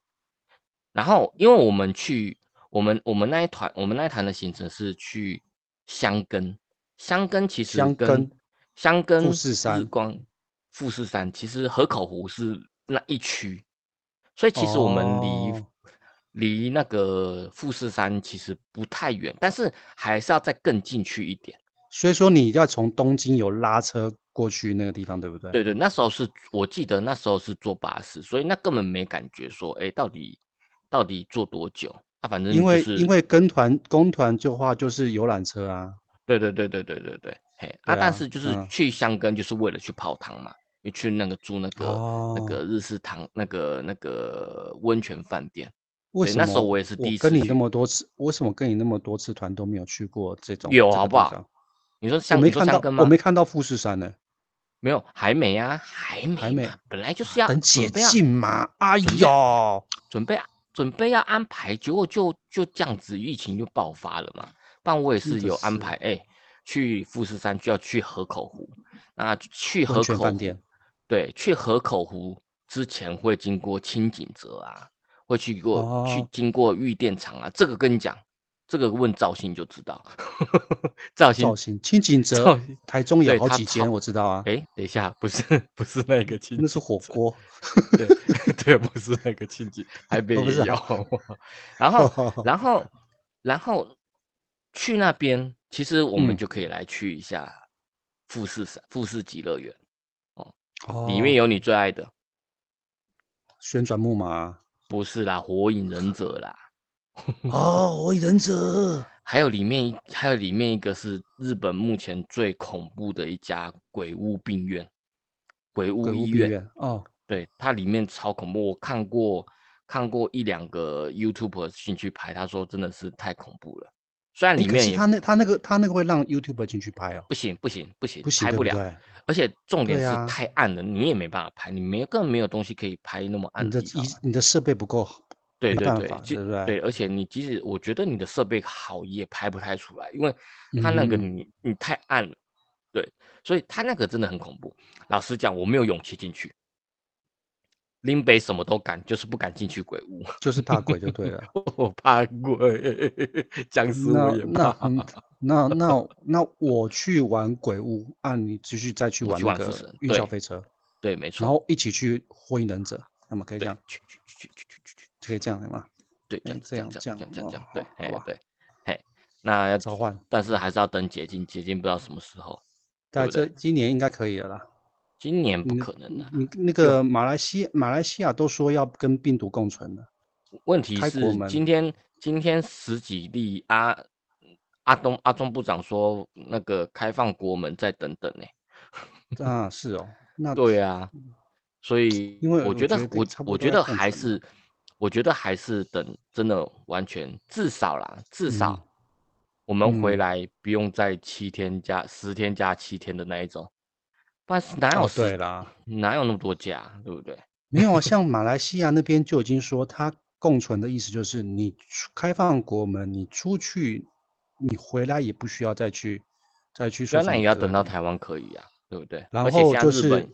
Speaker 1: 然后因为我们去我们我们那一团我们那一团的行程是去箱根，箱根其实
Speaker 2: 箱
Speaker 1: 跟
Speaker 2: 根
Speaker 1: 箱根
Speaker 2: 富士
Speaker 1: 日
Speaker 2: 山
Speaker 1: 光富士山其实河口湖是那一区，所以其实我们离、
Speaker 2: 哦
Speaker 1: 离那个富士山其实不太远，但是还是要再更进去一点。
Speaker 2: 所以说你要从东京有拉车过去那个地方，对不对？
Speaker 1: 对对，那时候是我记得那时候是坐巴士，所以那根本没感觉说，哎，到底到底坐多久？啊，反正
Speaker 2: 因
Speaker 1: 就
Speaker 2: 为
Speaker 1: 是
Speaker 2: 因为跟团跟团的话就是游览车啊，
Speaker 1: 对对对对对对对，嘿啊，
Speaker 2: 对
Speaker 1: 但
Speaker 2: 啊
Speaker 1: 是就是
Speaker 2: 嗯
Speaker 1: 去箱根就是为了去泡汤嘛，你去那个住那个、那
Speaker 2: 哦
Speaker 1: 个日式汤那个那个温泉饭店，
Speaker 2: 为
Speaker 1: 对
Speaker 2: 什么？
Speaker 1: 那时候我也是第一
Speaker 2: 跟
Speaker 1: 次
Speaker 2: 你
Speaker 1: 去
Speaker 2: 那么多次，为什么跟你那么多次团都没有去过这种
Speaker 1: 有
Speaker 2: 这
Speaker 1: 好
Speaker 2: 个
Speaker 1: 不
Speaker 2: 地
Speaker 1: 好
Speaker 2: 方
Speaker 1: 你说
Speaker 2: 我
Speaker 1: 箱
Speaker 2: 没
Speaker 1: 你说
Speaker 2: 看
Speaker 1: 箱
Speaker 2: 到
Speaker 1: 根，吗？
Speaker 2: 我没看到富士山呢、
Speaker 1: 没有，还没啊，还没
Speaker 2: 还没
Speaker 1: 嘛本来就是要
Speaker 2: 等
Speaker 1: 准
Speaker 2: 解
Speaker 1: 备要
Speaker 2: 禁嘛。哎 呦，
Speaker 1: 啊准备准备要安排，结果就就这样子，疫情就爆发了嘛。不然我也
Speaker 2: 真
Speaker 1: 是
Speaker 2: 的
Speaker 1: 有安
Speaker 2: 是
Speaker 1: 排，哎、去富士山就要去河口湖，那去河
Speaker 2: 温泉
Speaker 1: 口
Speaker 2: 饭
Speaker 1: 湖，
Speaker 2: 店，
Speaker 1: 对，去河口湖之前会经过清景泽啊，会去过、去
Speaker 2: 哦
Speaker 1: 经过玉电厂啊，这个跟你讲，这个问赵鑫就知道， 赵鑫
Speaker 2: 造型清景
Speaker 1: 造
Speaker 2: 泽
Speaker 1: 型，
Speaker 2: 台中有
Speaker 1: 对
Speaker 2: 好
Speaker 1: 它
Speaker 2: 几
Speaker 1: 超
Speaker 2: 间，我知道啊，
Speaker 1: 哎，等一下，不是不是那个清
Speaker 2: 那是火锅，
Speaker 1: 对对， 不是那个亲戚，还被
Speaker 2: 哦不是
Speaker 1: 也
Speaker 2: 啊
Speaker 1: 咬我。 然后，
Speaker 2: 哦
Speaker 1: 然后，然后去那边，其实我们
Speaker 2: 嗯
Speaker 1: 就可以来去一下富士山、富士极乐园，里
Speaker 2: 里
Speaker 1: 面有你最爱的，
Speaker 2: 旋转木马，啊
Speaker 1: 不是啦，火影忍者啦，嗯
Speaker 2: 哦，火影忍者，
Speaker 1: 还有里面一还有里面一个是日本目前最恐怖的一家鬼屋病院，鬼屋
Speaker 2: 鬼屋
Speaker 1: 医
Speaker 2: 病
Speaker 1: 院。
Speaker 2: 院，哦，
Speaker 1: 对，它里面超恐怖，我看过看过一两个 YouTube 进去拍，他说真的是太恐怖了。虽然
Speaker 2: 诶
Speaker 1: 里
Speaker 2: 可
Speaker 1: 面
Speaker 2: 是
Speaker 1: 也
Speaker 2: 他那他那个他那个会让 YouTube 进去拍哦，
Speaker 1: 不行不行不行，
Speaker 2: 不行，
Speaker 1: 拍不
Speaker 2: 对不
Speaker 1: 了，
Speaker 2: 对？
Speaker 1: 而且重点是
Speaker 2: 对啊
Speaker 1: 太暗了，你也没办法拍，你没根本没有东西可以拍那么暗
Speaker 2: 你的
Speaker 1: 的地方
Speaker 2: 仪
Speaker 1: 啊。
Speaker 2: 你的设备不够好，
Speaker 1: 对
Speaker 2: 没
Speaker 1: 对
Speaker 2: 办
Speaker 1: 对
Speaker 2: 法，
Speaker 1: 即
Speaker 2: 对不对
Speaker 1: 而且你即使我觉得你的设备好，也拍不太出来，因为它那个
Speaker 2: 嗯
Speaker 1: 你、你太暗了，对，所以它那个真的很恐怖。老实讲，我没有勇气进去。林北什么都敢，就是不敢进去鬼屋。
Speaker 2: 就是怕鬼就对了。
Speaker 1: 我怕鬼，僵尸
Speaker 2: 那
Speaker 1: 我也
Speaker 2: 那
Speaker 1: 怕。
Speaker 2: 嗯那那那我去玩鬼屋，啊，你继续再去
Speaker 1: 我
Speaker 2: 玩
Speaker 1: 去
Speaker 2: 那
Speaker 1: 玩复
Speaker 2: 个
Speaker 1: 神
Speaker 2: 云
Speaker 1: 对
Speaker 2: 霄飞车，
Speaker 1: 对，没错。
Speaker 2: 然后一起去火影忍者，那么可以这
Speaker 1: 对
Speaker 2: 样，，
Speaker 1: 去去去去去去去，
Speaker 2: 可以这样对吗？
Speaker 1: 对，这
Speaker 2: 哎
Speaker 1: 样
Speaker 2: 这样
Speaker 1: 这样这样
Speaker 2: 这
Speaker 1: 这
Speaker 2: 样
Speaker 1: 样这样，对
Speaker 2: 哦，好
Speaker 1: 哎
Speaker 2: 吧
Speaker 1: 对，嘿，那要
Speaker 2: 召唤，
Speaker 1: 但是还是要等解禁，解禁不知道什么时候，对
Speaker 2: 但
Speaker 1: 不对
Speaker 2: 这今年应该可以了啦。
Speaker 1: 今年不
Speaker 2: 你
Speaker 1: 可能的。啊
Speaker 2: 你那个马来西马来西亚都说要跟病毒共存 了，
Speaker 1: 问题
Speaker 2: 开国
Speaker 1: 是
Speaker 2: 门
Speaker 1: 今天今天十几例阿阿东阿中部长说那个开放国门再等等呢、
Speaker 2: 啊，是哦，那
Speaker 1: 对啊，所以
Speaker 2: 因为
Speaker 1: 我
Speaker 2: 我
Speaker 1: 觉得
Speaker 2: 觉得
Speaker 1: 我
Speaker 2: 差不
Speaker 1: 我
Speaker 2: 多
Speaker 1: 觉
Speaker 2: 要
Speaker 1: 得
Speaker 2: 共
Speaker 1: 还
Speaker 2: 存
Speaker 1: 是，我觉得还是等真的完全至少啦，至少
Speaker 2: 嗯
Speaker 1: 我们回
Speaker 2: 嗯
Speaker 1: 来不用再七天加十天加七天的那一种，不然哪有
Speaker 2: 哦对
Speaker 1: 十、
Speaker 2: 啦，
Speaker 1: 哪有那么多假，对不对？
Speaker 2: 没有啊，像马来西亚那边就已经说，它共存的意思就是你出开放国门，你出去，你回来也不需要再去再去
Speaker 1: 虽
Speaker 2: 说
Speaker 1: 然
Speaker 2: 什
Speaker 1: 那
Speaker 2: 么
Speaker 1: 也要
Speaker 2: 隔
Speaker 1: 等到
Speaker 2: 离
Speaker 1: 台湾可以啊，对不对？
Speaker 2: 然
Speaker 1: 而且
Speaker 2: 后
Speaker 1: 现在
Speaker 2: 就
Speaker 1: 日
Speaker 2: 是
Speaker 1: 本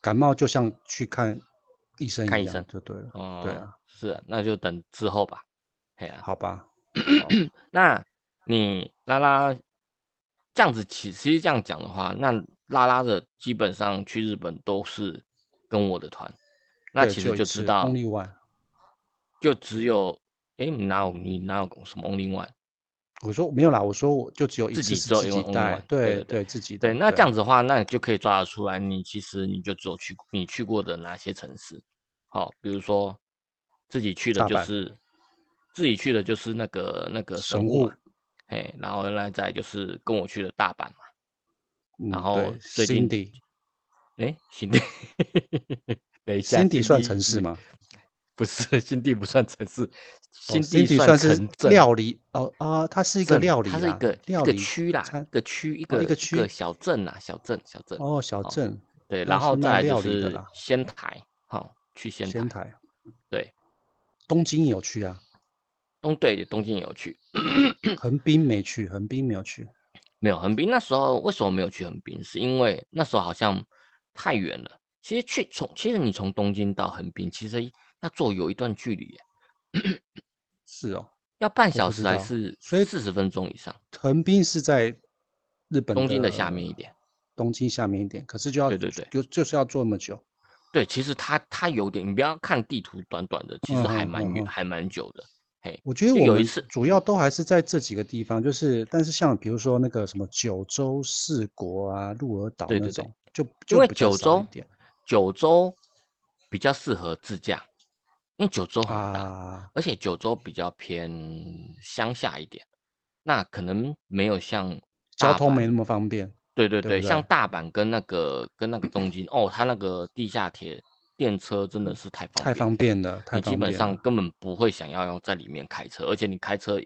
Speaker 2: 感冒就像去看医生
Speaker 1: 看
Speaker 2: 一
Speaker 1: 医
Speaker 2: 样
Speaker 1: 生，
Speaker 2: 就对了，
Speaker 1: 哦、
Speaker 2: 对啊，
Speaker 1: 是啊，那就等之后吧。哎呀、
Speaker 2: 好吧，
Speaker 1: 那你拉拉这样子其，其实这样讲的话，那拉拉的基本上去日本都是跟我的团，那
Speaker 2: 对
Speaker 1: 其
Speaker 2: 只
Speaker 1: 实
Speaker 2: 有一
Speaker 1: 就知
Speaker 2: 次
Speaker 1: 道，
Speaker 2: only one，
Speaker 1: 就只有哎、你哪有你哪有什么 only one？
Speaker 2: 我说没有啦，我说我就只有一
Speaker 1: 自
Speaker 2: 次
Speaker 1: 己
Speaker 2: 是
Speaker 1: 只有
Speaker 2: 自
Speaker 1: 一
Speaker 2: 己
Speaker 1: 个 only
Speaker 2: 带
Speaker 1: one，，对
Speaker 2: 对
Speaker 1: 对对
Speaker 2: 自己
Speaker 1: 对，
Speaker 2: 的
Speaker 1: 那这样子的话，那你就可以抓得出来，你其实你就只有去你去过的哪些城市。好，比如说自己去的
Speaker 2: 大
Speaker 1: 就
Speaker 2: 阪
Speaker 1: 是自己去的就是那个那个神
Speaker 2: 神
Speaker 1: 户嘛
Speaker 2: 户，
Speaker 1: 哎，然后呢再就是跟我去的大阪嘛，
Speaker 2: 嗯
Speaker 1: 然后
Speaker 2: 对
Speaker 1: 最近
Speaker 2: ，Cindy
Speaker 1: 哎，新地， 等一下，
Speaker 2: Cindy 算
Speaker 1: 新
Speaker 2: 城市
Speaker 1: 不
Speaker 2: 吗？
Speaker 1: 不是，新地不算城市，
Speaker 2: 哦
Speaker 1: 新地
Speaker 2: ，Cindy
Speaker 1: 算
Speaker 2: 是
Speaker 1: 城镇
Speaker 2: 料理哦啊，它是一个
Speaker 1: 镇
Speaker 2: 料理
Speaker 1: 它是一
Speaker 2: 啦
Speaker 1: 个一
Speaker 2: 料
Speaker 1: 个
Speaker 2: 理
Speaker 1: 区啦，
Speaker 2: 餐
Speaker 1: 一个区一
Speaker 2: 哦
Speaker 1: 个
Speaker 2: 一个
Speaker 1: 一个
Speaker 2: 区
Speaker 1: 小镇啦，小镇小镇。
Speaker 2: 哦，小
Speaker 1: 哦
Speaker 2: 镇
Speaker 1: 对，
Speaker 2: 那
Speaker 1: 然
Speaker 2: 是
Speaker 1: 后
Speaker 2: 卖
Speaker 1: 再来就
Speaker 2: 料理的
Speaker 1: 是
Speaker 2: 啦
Speaker 1: 仙台，好、去仙台
Speaker 2: 仙，台，
Speaker 1: 对，
Speaker 2: 东京也有去啊，
Speaker 1: 东对东京也有去，
Speaker 2: 横滨没去，横滨没有去，
Speaker 1: 没有横滨那时候为什么没有去横滨？是因为那时候好像太远了。其实去从其实你从东京到横滨，其实要坐有一段距离耶，
Speaker 2: 是哦，
Speaker 1: 要半
Speaker 2: 不
Speaker 1: 小
Speaker 2: 知
Speaker 1: 时还
Speaker 2: 道
Speaker 1: 是
Speaker 2: 所以
Speaker 1: 四十分钟以上，
Speaker 2: 横滨是在日本
Speaker 1: 东京的下面一点。
Speaker 2: 东京下面一点，可是就要
Speaker 1: 对对对
Speaker 2: 就就是要坐那么久，
Speaker 1: 对，其实它它有点，你不要看地图短短的，其实
Speaker 2: 嗯
Speaker 1: 还
Speaker 2: 嗯
Speaker 1: 蛮
Speaker 2: 嗯
Speaker 1: 远、
Speaker 2: 嗯
Speaker 1: 还蛮久的。
Speaker 2: 我觉得
Speaker 1: 就
Speaker 2: 我
Speaker 1: 有一
Speaker 2: 们
Speaker 1: 次
Speaker 2: 主要都还是在这几个地方，就是但是像比如说那个什么九州四国啊、鹿儿岛
Speaker 1: 对
Speaker 2: 那
Speaker 1: 对对
Speaker 2: 种，就
Speaker 1: 因
Speaker 2: 就
Speaker 1: 为
Speaker 2: 比较
Speaker 1: 九
Speaker 2: 少
Speaker 1: 州
Speaker 2: 一点
Speaker 1: 九州比较适合自驾，因为九州很哦大，
Speaker 2: 啊，
Speaker 1: 而且九州比较偏乡下一点，那可能没有像
Speaker 2: 交
Speaker 1: 大
Speaker 2: 通
Speaker 1: 阪哦
Speaker 2: 没那么方便，
Speaker 1: 对对
Speaker 2: 对不
Speaker 1: 对，像
Speaker 2: 对
Speaker 1: 大阪跟那个跟那个东京哦，它那个地下铁电车真的是太方
Speaker 2: 太
Speaker 1: 便，
Speaker 2: 方便了，太
Speaker 1: 你基
Speaker 2: 方
Speaker 1: 本
Speaker 2: 便
Speaker 1: 上
Speaker 2: 了，
Speaker 1: 根本不会想要要在里面开车，而且你开车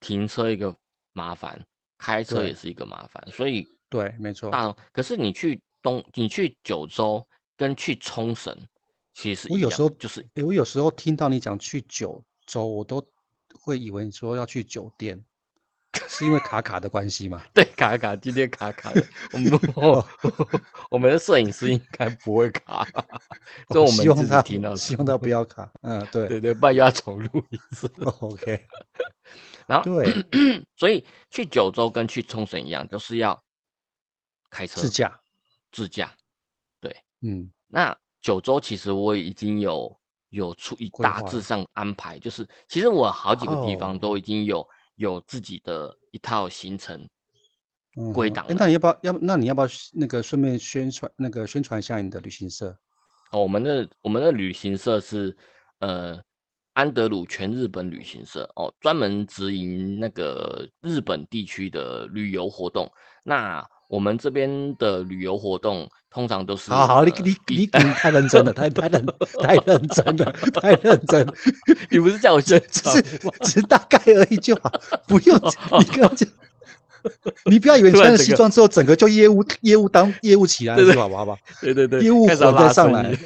Speaker 1: 停车一个麻烦，开车
Speaker 2: 对哦
Speaker 1: 也是一个麻烦，所以
Speaker 2: 对，没错，
Speaker 1: 大可是你去东你去九州跟去冲绳其实是
Speaker 2: 我
Speaker 1: 一
Speaker 2: 有
Speaker 1: 样
Speaker 2: 时候
Speaker 1: 的就是
Speaker 2: 诶我有时候听到你讲去九州，我都会以为你说要去酒店，是因为卡卡的关系吗？
Speaker 1: 对，卡卡，今天卡卡的，我们
Speaker 2: 哦
Speaker 1: 我我们的摄影师应该不会 卡，所以我
Speaker 2: 希
Speaker 1: 们
Speaker 2: 望
Speaker 1: 自己
Speaker 2: 他
Speaker 1: 听到
Speaker 2: 希望他不要卡。嗯，对
Speaker 1: 对对，不然又要重录一次。
Speaker 2: ，OK，
Speaker 1: 然后，
Speaker 2: 对，
Speaker 1: 所以去九州跟去冲绳一样，就是要开车
Speaker 2: 自驾，
Speaker 1: 自驾。
Speaker 2: 嗯
Speaker 1: 那九州其实我已经有有出一
Speaker 2: 规
Speaker 1: 大
Speaker 2: 划
Speaker 1: 致上安排，就是其实我好几个地
Speaker 2: 哦
Speaker 1: 方都已经有、有自己的一套行程
Speaker 2: 嗯
Speaker 1: 归
Speaker 2: 哼
Speaker 1: 档
Speaker 2: 诶那你要不要要不那你要不要那个顺便宣传那个宣传一下你的旅行社？
Speaker 1: 哦。我们的我们的旅行社是呃安德鲁全日本旅行社哦，专门直营那个日本地区的旅游活动。那我们这边的旅游活动通常都是
Speaker 2: 好好，你
Speaker 1: 呃
Speaker 2: 你
Speaker 1: 一
Speaker 2: 你你太认真了，太太认太认真了，太认真了，
Speaker 1: 你不是叫我宣传哦
Speaker 2: 只是只是大概而已就好，不用你不要 讲，你不要以为你
Speaker 1: 突然
Speaker 2: 穿了
Speaker 1: 整
Speaker 2: 西
Speaker 1: 个
Speaker 2: 装之后整个就业务业务当业务起来了
Speaker 1: 对对
Speaker 2: 就好，好不好？
Speaker 1: 对对对，
Speaker 2: 业务
Speaker 1: 开始要
Speaker 2: 火再
Speaker 1: 拉
Speaker 2: 上
Speaker 1: 生
Speaker 2: 来
Speaker 1: 意，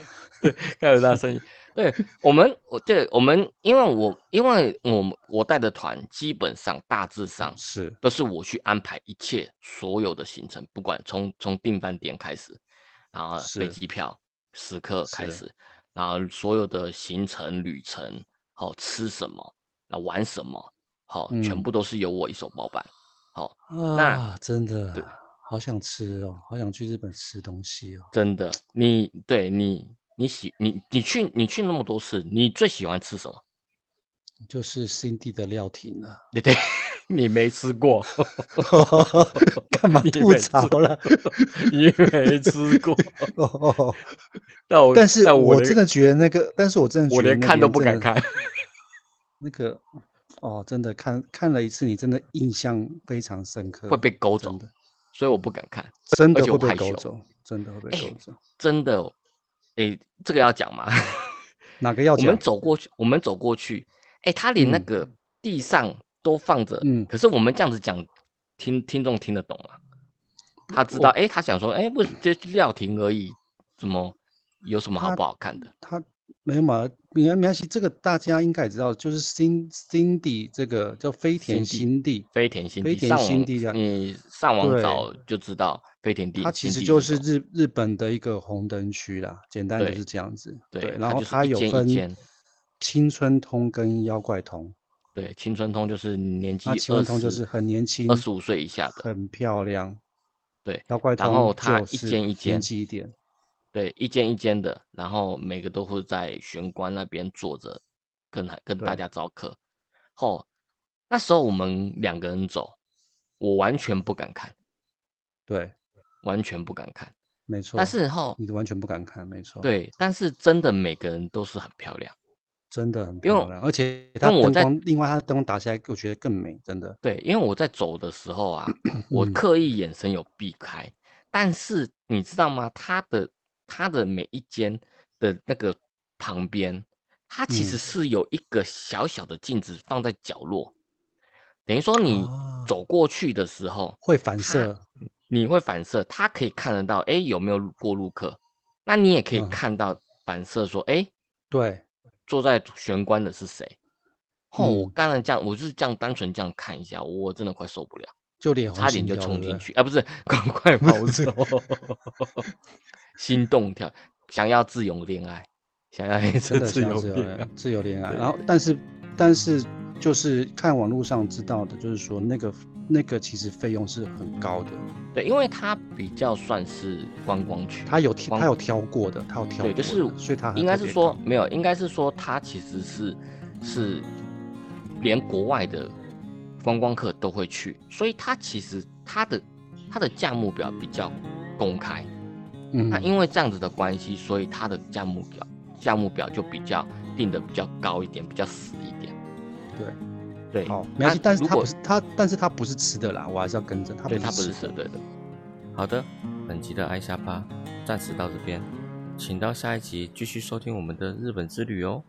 Speaker 1: 对，开始拉生意。对我们，我对我们，因为我因为我们我带的团基本上大致上
Speaker 2: 是，
Speaker 1: 都是我去安排一切所有的行程，不管从从订饭店开始，然后飞
Speaker 2: 是
Speaker 1: 机票、时刻开
Speaker 2: 是
Speaker 1: 始，然后所有的行程、旅程，好、吃什么，那玩什么，好、全
Speaker 2: 嗯
Speaker 1: 部都是由我一手包办。好、
Speaker 2: 啊，真的，好想吃哦，好想去日本吃东西哦。
Speaker 1: 真的，你对你你喜你你去你去那么多次，你最喜欢吃什 么？
Speaker 2: 就是 Cindy 的料亭了，
Speaker 1: 对 对，你没吃过，
Speaker 2: 干嘛
Speaker 1: 你
Speaker 2: 吐
Speaker 1: 没
Speaker 2: 槽
Speaker 1: 吃
Speaker 2: 了？
Speaker 1: 你没吃过。
Speaker 2: 哦，
Speaker 1: 但我
Speaker 2: 但是
Speaker 1: 但我
Speaker 2: 我
Speaker 1: 连
Speaker 2: 真的觉得那个，但是我真的
Speaker 1: 我
Speaker 2: 觉得
Speaker 1: 连
Speaker 2: 那
Speaker 1: 看都
Speaker 2: 边
Speaker 1: 不
Speaker 2: 真
Speaker 1: 敢
Speaker 2: 的
Speaker 1: 看。
Speaker 2: 那个，哦，真的看看了一次，你真的印象非常深刻，
Speaker 1: 会被勾走
Speaker 2: 真的，
Speaker 1: 所以我不敢看，
Speaker 2: 真的
Speaker 1: 且
Speaker 2: 会
Speaker 1: 我
Speaker 2: 被
Speaker 1: 害
Speaker 2: 勾
Speaker 1: 羞
Speaker 2: 走，真的会被
Speaker 1: 哎
Speaker 2: 勾走。
Speaker 1: 真的哦。诶，这个要讲吗？
Speaker 2: 哪个要
Speaker 1: 我们
Speaker 2: 讲？
Speaker 1: 走过去，我们走过去，诶，他连那
Speaker 2: 嗯
Speaker 1: 个地上都放着，
Speaker 2: 嗯
Speaker 1: 可是我们这样子讲，听听众听得懂吗？他知
Speaker 2: 我
Speaker 1: 道，诶，他想说，诶，不，这料亭而已，怎么有什么好
Speaker 2: 他
Speaker 1: 不好看的？
Speaker 2: 他没有嘛？没没关系，这个大家应该也知道，就是 Cin- Cindy 这个叫飞田
Speaker 1: Cindy
Speaker 2: 新地，
Speaker 1: 飞田新
Speaker 2: 飞
Speaker 1: 地，
Speaker 2: 田
Speaker 1: 上
Speaker 2: 新
Speaker 1: 网
Speaker 2: 地啊
Speaker 1: 你上网
Speaker 2: 对
Speaker 1: 找就知道飞田地。
Speaker 2: 它其
Speaker 1: 新
Speaker 2: 实
Speaker 1: 地
Speaker 2: 就
Speaker 1: 什
Speaker 2: 是
Speaker 1: 么
Speaker 2: 日日本的一个红灯区啦，简单就
Speaker 1: 对
Speaker 2: 是这样子。
Speaker 1: 对它
Speaker 2: 然后
Speaker 1: 就是
Speaker 2: 它
Speaker 1: 一
Speaker 2: 有
Speaker 1: 间一
Speaker 2: 分
Speaker 1: 间
Speaker 2: 青春通跟妖怪通，
Speaker 1: 对青春通，就是年纪
Speaker 2: 那青春通就
Speaker 1: 20
Speaker 2: 是很年轻，
Speaker 1: 二十五岁以下的，
Speaker 2: 很漂亮。
Speaker 1: 对
Speaker 2: 妖怪
Speaker 1: 然后
Speaker 2: 通
Speaker 1: 它
Speaker 2: 就
Speaker 1: 一
Speaker 2: 是
Speaker 1: 间一间
Speaker 2: 年纪一点，
Speaker 1: 对，一间一间的，然后每个都会在玄关那边坐着，跟他跟大
Speaker 2: 对
Speaker 1: 家招客。哦，那时候我们两个人走，我完全不敢看，
Speaker 2: 对，
Speaker 1: 完全不敢看。
Speaker 2: 没错。嗯
Speaker 1: 但是后
Speaker 2: 你完全不敢看，没错，，
Speaker 1: 对，但是真的每个人都是很漂亮。
Speaker 2: 真的很
Speaker 1: 因为
Speaker 2: 漂亮，而且它
Speaker 1: 因为我
Speaker 2: 灯
Speaker 1: 在
Speaker 2: 光，另外它灯光打下来，我觉得更美，真的。
Speaker 1: 对，因为我在走的时候啊，我
Speaker 2: 嗯
Speaker 1: 刻意眼神有避开，但是你知道吗？它的它的每一间的那个旁边，它其实
Speaker 2: 嗯
Speaker 1: 是有一个小小的镜子放在角落，等于说你
Speaker 2: 啊
Speaker 1: 走过去的时候，
Speaker 2: 会反
Speaker 1: 它
Speaker 2: 射，
Speaker 1: 你会反射，它可以看得到，哎，有没有路过路客？那你也可以
Speaker 2: 嗯
Speaker 1: 看到反射说，哎，
Speaker 2: 对，
Speaker 1: 坐在玄关的是谁？哦，我
Speaker 2: 嗯
Speaker 1: 刚才这样，我就是这样单纯这样看一下，我真的快受不了。
Speaker 2: 就脸红
Speaker 1: 差点
Speaker 2: 心
Speaker 1: 就
Speaker 2: 跳，对
Speaker 1: 冲
Speaker 2: 不
Speaker 1: 进
Speaker 2: 对？
Speaker 1: 去啊！不是，赶快
Speaker 2: 不
Speaker 1: 跑
Speaker 2: 是
Speaker 1: 走， 心动跳，想要自由恋爱，想要一
Speaker 2: 嗯真
Speaker 1: 次
Speaker 2: 的
Speaker 1: 自
Speaker 2: 想要
Speaker 1: 由
Speaker 2: 自由
Speaker 1: 恋
Speaker 2: 恋
Speaker 1: 爱
Speaker 2: 爱，，自由恋爱。
Speaker 1: 对
Speaker 2: 然后，但是，但是就是看网络上知道的，就是说那个那个其实费用是很高的，
Speaker 1: 对，因为它比较算是观光区，
Speaker 2: 他有啊挑
Speaker 1: 光
Speaker 2: 他有挑过的，他有挑过
Speaker 1: 对，就
Speaker 2: 的，
Speaker 1: 是
Speaker 2: 所以他
Speaker 1: 应该是说没有，应该是说它其实是是连国外的观光客都会去，所以它其实它的它的价目表比较公开，
Speaker 2: 嗯
Speaker 1: 那，因为这样子的关系，所以它的价目表价目表就比较定的比较高一点，比较死一点。
Speaker 2: 对，
Speaker 1: 对，
Speaker 2: 好，哦没
Speaker 1: 哦那
Speaker 2: 关系。但是
Speaker 1: 如
Speaker 2: 他
Speaker 1: 果
Speaker 2: 不是他，但是他不是吃的啦，我还是要跟着他，
Speaker 1: 对它不是
Speaker 2: 吃
Speaker 1: 死
Speaker 2: 的。
Speaker 1: 对的。好的，本集的艾沙巴暂时到这边，请到下一集继续收听我们的日本之旅哦。